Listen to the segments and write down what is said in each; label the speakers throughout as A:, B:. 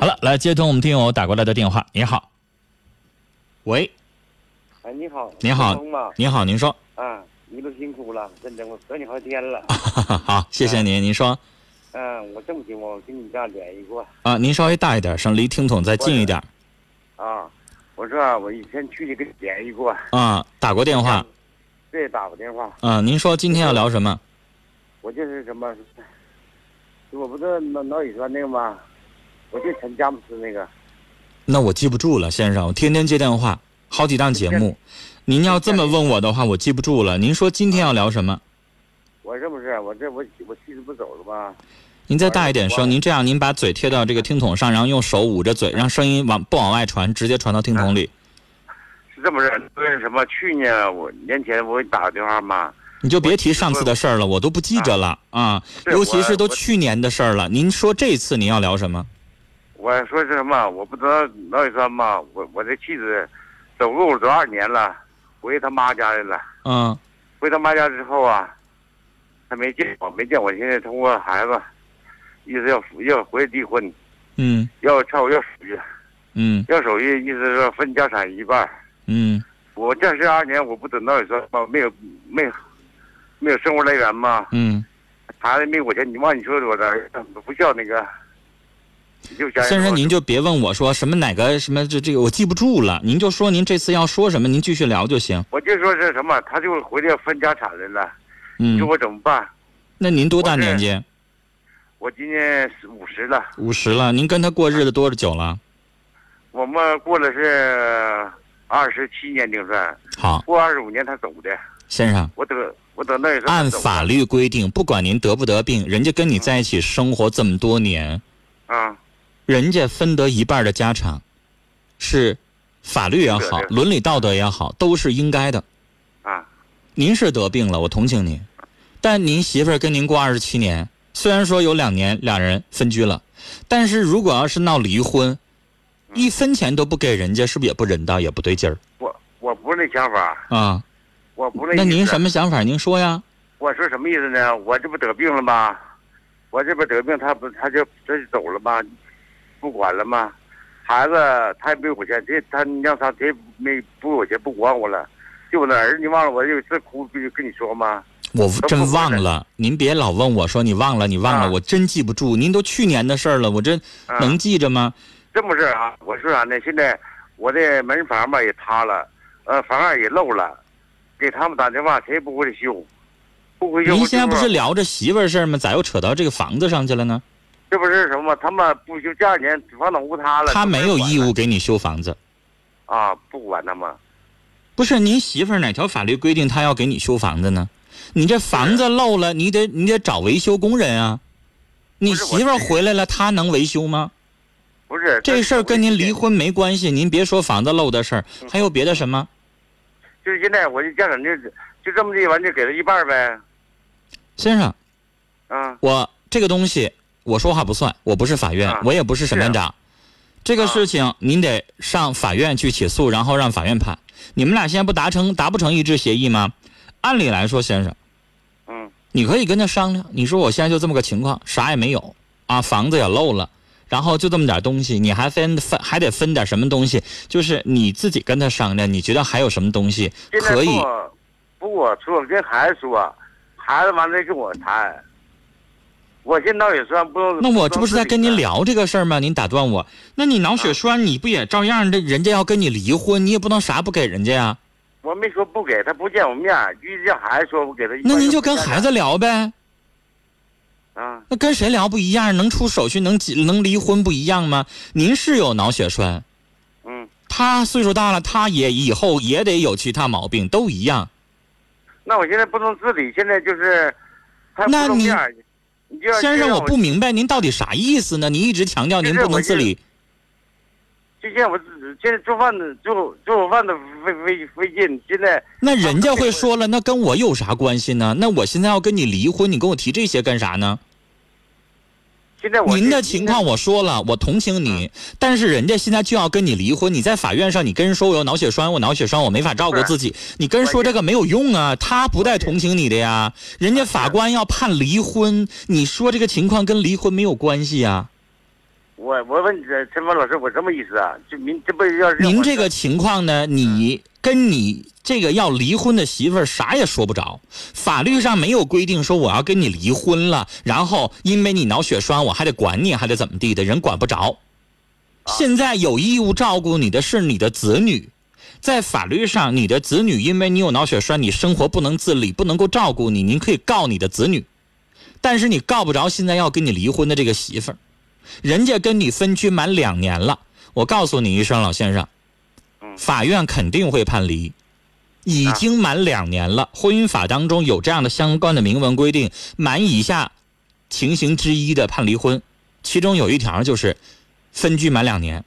A: 好了，来接通我们听友打过来的电话。你好，喂，
B: 哎，你好，
A: 你好
B: 东吧？
A: 你好，您说，
B: 啊，你都辛苦了，真的，我等你好几天了。
A: 啊好，谢谢您，您说
B: 嗯、我正经，我跟你家联系过
A: 啊，您稍微大一点声，离听筒再近一点
B: 啊。我说啊、我以前去你给你联系过，
A: 啊，打过电话
B: 对，打过电话。
A: 啊，您说今天要聊什么？
B: 我就是什么，我不是脑脑血栓那个吗？我就陈佳木斯那个。
A: 那我记不住了，先生，我天天接电话，好几档节目。您要这么问我的话，我记不住了。您说今天要聊什么？
B: 我这不是，我这我我气质不走了吗？
A: 您再大一点声，您这样，您把嘴贴到这个听筒上，然后用手捂着嘴，让声音往不往外传，直接传到听筒里。
B: 是这么事儿，为什么去年啊我年前我给你打个电话嘛？
A: 你就别提上次的事儿了，我都不记着了啊，
B: 是
A: 尤其是都
B: 我
A: 去年的事儿了。您说这次您要聊什么？
B: 我说是什么？我不知道脑血栓嘛，我我这妻子走路多少年了，回他妈家来了。
A: 嗯，
B: 回他妈家之后啊，他没见我，没见我。现在通过孩子，意思要要回离婚，
A: 嗯
B: 要照要手续，
A: 嗯
B: 要手续意思是说分家产一半儿。
A: 嗯
B: 我这十二年我不等到你说嘛，没有没有没有生活来源嘛，
A: 嗯，
B: 孩子没我钱，你往你说我的儿子不孝那个，你就想
A: 先生您就别问我说什么哪个什么这这个我记不住了，您就说您这次要说什么，您继续聊就行。
B: 我就说是什么，他就回来分家产来了，你
A: 嗯
B: 说，我怎么办？
A: 那您多大
B: 我是
A: 年纪？
B: 我今年五十了，
A: 五十了，您跟他过日子多久了？
B: 我们过了是二十七年定算。
A: 好，
B: 过二十五年他走的，
A: 先生。
B: 我得我得那时候
A: 按
B: 走
A: 法律规定，不管您得不得病，人家跟你在一起生活这么多年，
B: 啊，
A: 人家分得一半的家产，是法律也
B: 是
A: 好
B: 的，
A: 伦理道德也好，都是应该的。
B: 啊，
A: 您是得病了，我同情您，但您媳妇儿跟您过二十七年，虽然说有两年俩人分居了，但是如果要是闹离婚，
B: 嗯
A: 一分钱都不给人家，是不是也不人道，也不对劲儿
B: 我我不是那想法，
A: 啊？
B: 我不是
A: 那
B: 意思
A: 您什么想法？您说呀。
B: 我说什么意思呢？我这不得病了吗？我这不得病，他不他就他就走了吗？不管了吗？孩子他也没我钱，这他你让他谁没不给我钱不管我了，就我那儿子，你忘了我有一次哭不就跟你说吗？
A: 我真忘了，您别老问我说你忘了，你忘了，
B: 啊
A: 我真记不住。您都去年的事儿了，我这
B: 啊、
A: 能记着吗？
B: 这么事儿啊，我说啥呢？现在我的门房吧也塌了，呃，房盖也漏了，给他们打电话，谁也不会修，不 会修。
A: 您现在不
B: 这
A: 是聊着媳妇儿事儿吗？咋又扯到这个房子上去了呢？
B: 这不是什么？他们不修，第二年房东屋塌了，
A: 他没有义
B: 务
A: 务给你修房子，
B: 啊，不管他们。
A: 不是您媳妇儿哪条法律规定她要给你修房子呢？你这房子漏了，你得你得找维修工人啊。你
B: 不是我
A: 媳妇儿
B: 这
A: 回来了，她能维修吗？
B: 不是
A: 这事儿跟您离，婚没关系，您别说房子漏的事儿，还有别的什么？
B: 就是现在我这家长就就这么地，完就给他一半儿呗，
A: 先生，
B: 啊
A: 我这个东西，我说话不算，我不是法院，
B: 啊
A: 我也不是审判
B: 是
A: 长。这个
B: 啊
A: 事情您得上法院去起诉，然后让法院判。你们俩现在不达成达不成一致协议吗？按理来说，先生，
B: 嗯
A: 你可以跟他商量。你说我现在就这么个情况，啥也没有啊，房子也漏了，然后就这么点东西，你还分分还得分点什么东西？就是你自己跟他商量，你觉得还有什么东西
B: 现在
A: 可以
B: 不？不我说跟孩子说，孩子完了跟我谈，我现在也算不
A: 那我这不是在跟您。聊这个事儿吗？您打断我，那你脑
B: 啊
A: 血栓你不也照样的？人家要跟你离婚，你也不能啥不给人家呀。
B: 我没说不给他，不见我面儿，一直叫孩子说我给他一半
A: 那
B: 儿。
A: 您就跟孩子聊呗，
B: 啊，
A: 那跟谁聊不一样？能出手续能结能离婚不一样吗？您是有脑血栓，
B: 嗯，
A: 他岁数大了，他也以后也得有其他毛病，都一样。
B: 那我现在不能自理，现在就是他不
A: 那
B: 露
A: 你
B: 面儿，你就要
A: 先生，
B: 就让
A: 我不明白您到底啥意思呢？您一直强调您
B: 就是
A: 不能
B: 我
A: 自
B: 就是
A: 理，
B: 就现在我自己现在做饭的做做饭的费费费劲，现在
A: 那人家
B: 啊我
A: 会说了，那跟我有啥关系呢？那我现在要跟你离婚，你跟我提这些干啥呢？
B: 现现在我
A: 您的情况我说了，我同情
B: 嗯
A: 你，但是人家现在就要跟你离婚，你在法院上你跟人说我有脑血栓，我脑血栓我没法照顾自己，你跟人说这个没有用啊，他不带同情你的呀，人
B: 啊
A: 家法官要判离婚，你说这个情况跟离婚没有关系啊呀、
B: 我我问你陈峰老师，我什么意思啊？就您这不要是
A: 您
B: 我
A: 这个情况呢，你跟你这个要离婚的媳妇儿啥也说不着，法律上没有规定说我要跟你离婚了，然后因为你脑血栓我还得管你，还得怎么地的，人管不着。现在有义务照顾你的是你的子女，在法律上，你的子女因为你有脑血栓，你生活不能自理，不能够照顾你，您可以告你的子女，但是你告不着现在要跟你离婚的这个媳妇儿，人家跟你分居满两年了。我告诉你一声，老先生，
B: 嗯
A: 法院肯定会判离，已经满两年了。婚姻法当中有这样的相关的明文规定，满以下情形之一的判离婚，其中有一条就是分居满两年。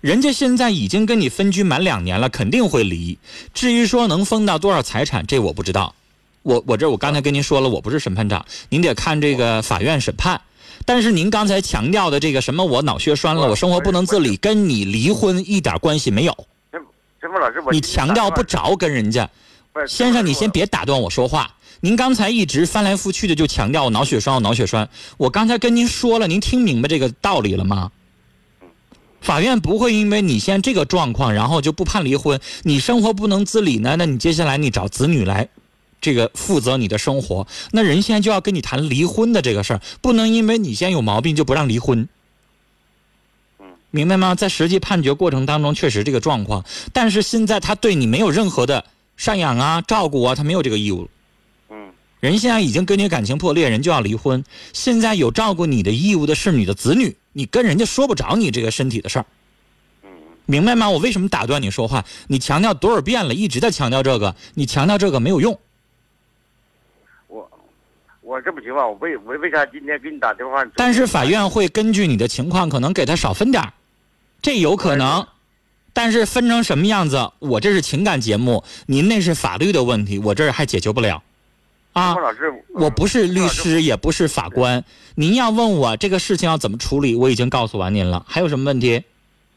A: 人家现在已经跟你分居满两年了，肯定会离。至于说能分到多少财产，这我不知道。我我这我刚才跟您说了，我不是审判长，您得看这个法院审判。但是您刚才强调的这个什么我脑血栓了，
B: 我
A: 我生活不能自理，跟你离婚一点关系没有。
B: 陈陈峰老师，我
A: 你强调不着跟人家，
B: 不是
A: 先生，你先。
B: 陈峰老师
A: 别打断我说话。您刚才一直翻来覆去的就强调我脑血栓，我脑血栓。我刚才跟您说了，您听明白这个道理了吗？法院不会因为你现在这个状况，然后就不判离婚。你生活不能自理呢，那你接下来你找子女来，这个负责你的生活。那人现在就要跟你谈离婚的这个事儿，不能因为你现在有毛病就不让离婚
B: 嗯。
A: 明白吗？在实际判决过程当中，确实这个状况，但是现在他对你没有任何的赡养啊、照顾啊，他没有这个义务了。
B: 嗯，
A: 人现在已经跟你感情破裂，人就要离婚。现在有照顾你的义务的是你的子女，你跟人家说不着你这个身体的事儿。
B: 嗯
A: 明白吗？我为什么打断你说话？你强调多少遍了，一直在强调这个，你强调这个没有用。
B: 我我这么情况，我为我为啥今天给你打电话？
A: 但是法院会根据你的情况，可能给他少分点儿，这有可能。但是分成什么样子，我这是情感节目，您那是法律的问题，我这儿还解决不了。啊
B: 陈峰，老师，
A: 我不嗯是律师，也不是法官。您要问我这个事情要怎么处理，我已经告诉完您了。还有什么问题？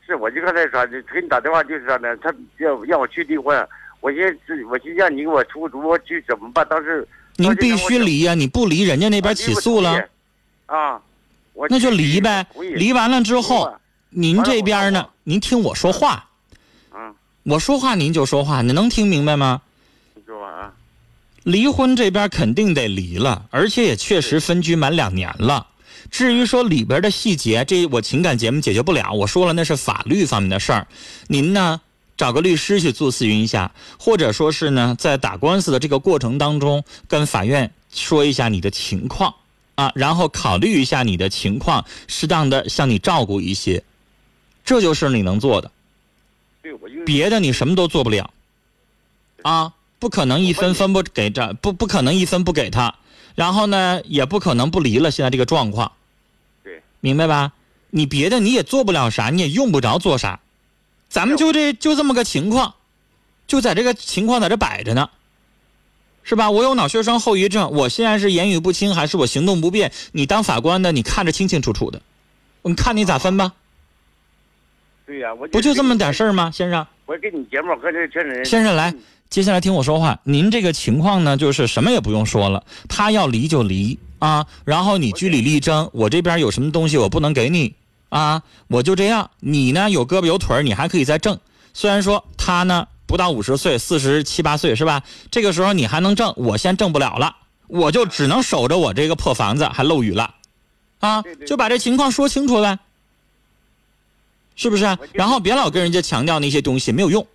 B: 是，我就刚才说，就给你打电话就是啥呢？他要让我去离婚，我寻思，我寻思让你给我出主，我去怎么办？当时
A: 您必须离呀、你不离，人家那
B: 那
A: 边起诉了，，
B: 啊，我
A: 那就离呗。离完了之后，您这边呢？您听我说话，
B: 嗯，
A: 我说话您就说话，你能听明白吗？
B: 你说吧啊，
A: 离婚这边肯定得离了，而且也确实分居满两年了。至于说里边的细节，这我情感节目解决不了。我说了，那是法律方面的事儿。您呢，找个律师去做咨询一下，或者说是呢，在打官司的这个过程当中，跟法院说一下你的情况啊，然后考虑一下你的情况，适当的向你照顾一些，这就是你能做的。
B: 对，我就
A: 别的你什么都做不了，啊，不可能一分分不给这，不不可能一分不给他，然后呢，也不可能不离了现在这个状况，
B: 对，
A: 明白吧？你别的你也做不了啥，你也用不着做啥，咱们就这就这么个情况，就在这个情况在这摆着呢，是吧？我有脑血栓后遗症，我现在是言语不清还是我行动不便？你当法官的，你看着清清楚楚的，你看你咋分吧？
B: 对呀、我
A: 不就这么点事儿吗，先生？
B: 我给你节目和这个圈子人，
A: 先生
B: 嗯
A: 来，接下来听我说话。您这个情况呢，就是什么也不用说了，他要离就离啊，然后你据理力争，我这边有什么东西我不能给你啊，我就这样。你呢有胳膊有腿儿，你还可以再挣。虽然说他呢不到五十岁，四十七八岁是吧？这个时候你还能挣，我先挣不了了，我就只能守着我这个破房子还漏雨了，啊
B: 对对，对
A: 就把这情况说清楚呗，是不是啊
B: 我就？
A: 然后别老跟人家强调那些东西没有用。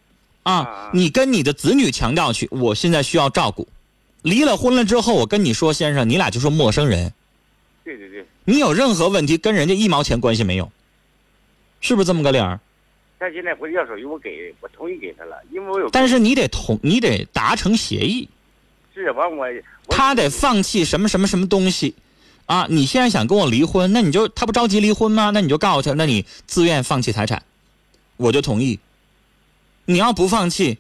A: 啊
B: 啊，
A: 你跟你的子女强调去，我现在需要照顾。离了婚了之后，我跟你说，先生，你俩就是陌生人，
B: 对对对，
A: 你有任何问题跟人家一毛钱关系没有，是不是这么个理儿？
B: 他现在回去要手续，我给我同意给他了，因为我有
A: 但是你得同，你得达成协议，
B: 是啊完我我
A: 他得放弃什么什么什么东西，啊，你现在想跟我离婚，那你就他不着急离婚吗？那你就告诉他，那你自愿放弃财产，我就同意。你要不放弃，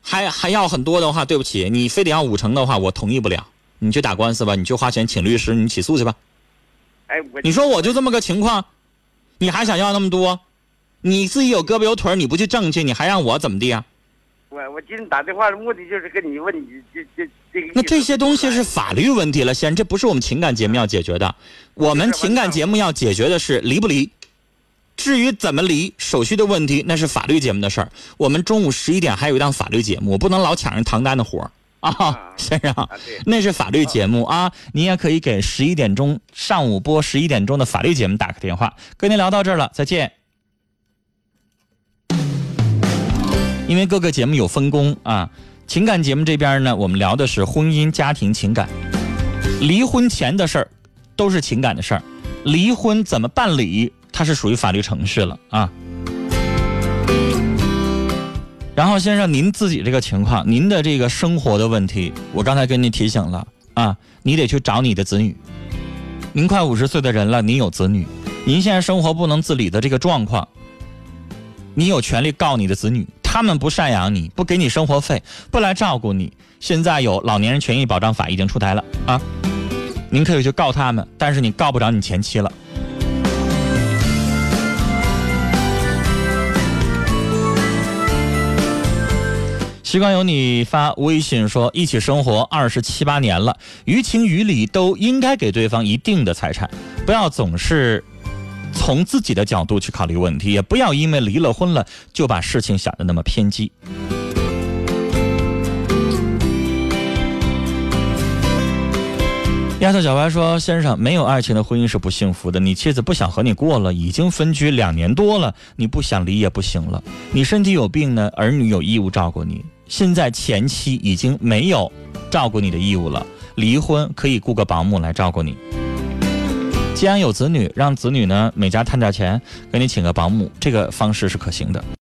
A: 还还要很多的话，对不起，你非得要五成的话，我同意不了。你去打官司吧，你去花钱请律师，你起诉去吧。
B: 哎，我
A: 你说我就这么个情况，你还想要那么多？你自己有胳膊有腿儿，你不去挣去，你还让我怎么地啊？
B: 我我今天打电话的目的就是跟你问你这这这个意思。哎
A: 那这些东西是法律问题了，先，这不是我们情感节目要解决的。我们情感节目要解决的是离不离，至于怎么离，手续的问题那是法律节目的事儿。我们中午十一点还有一档法律节目，我不能老抢人唐丹的活儿啊
B: 啊，
A: 先生。
B: 啊对，
A: 那是法律节目啊，您也可以给十一点钟上午播十一点钟的法律节目打个电话。跟您聊到这儿了，再见。因为各个节目有分工啊，情感节目这边呢，我们聊的是婚姻、家庭、情感，离婚前的事儿都是情感的事儿，离婚怎么办理，它是属于法律程序了啊。然后先生，您自己这个情况，您的这个生活的问题，我刚才跟您提醒了啊，你得去找你的子女。您快五十岁的人了，您有子女，您现在生活不能自理的这个状况，你有权利告你的子女，他们不赡养你，不给你生活费，不来照顾你。现在有《老年人权益保障法》已经出台了啊，您可以去告他们，但是你告不着你前妻了。习惯有你发微信说：“一起生活二十七八年了，于情于理都应该给对方一定的财产，不要总是从自己的角度去考虑问题，也不要因为离了婚了就把事情想的那么偏激。”丫头小白说：“先生，没有爱情的婚姻是不幸福的。你妻子不想和你过了，已经分居两年多了，你不想离也不行了。你身体有病呢，儿女有义务照顾你。现在前妻已经没有照顾你的义务了，离婚可以雇个保姆来照顾你。既然有子女，让子女呢每家探点钱，给你请个保姆，这个方式是可行的。”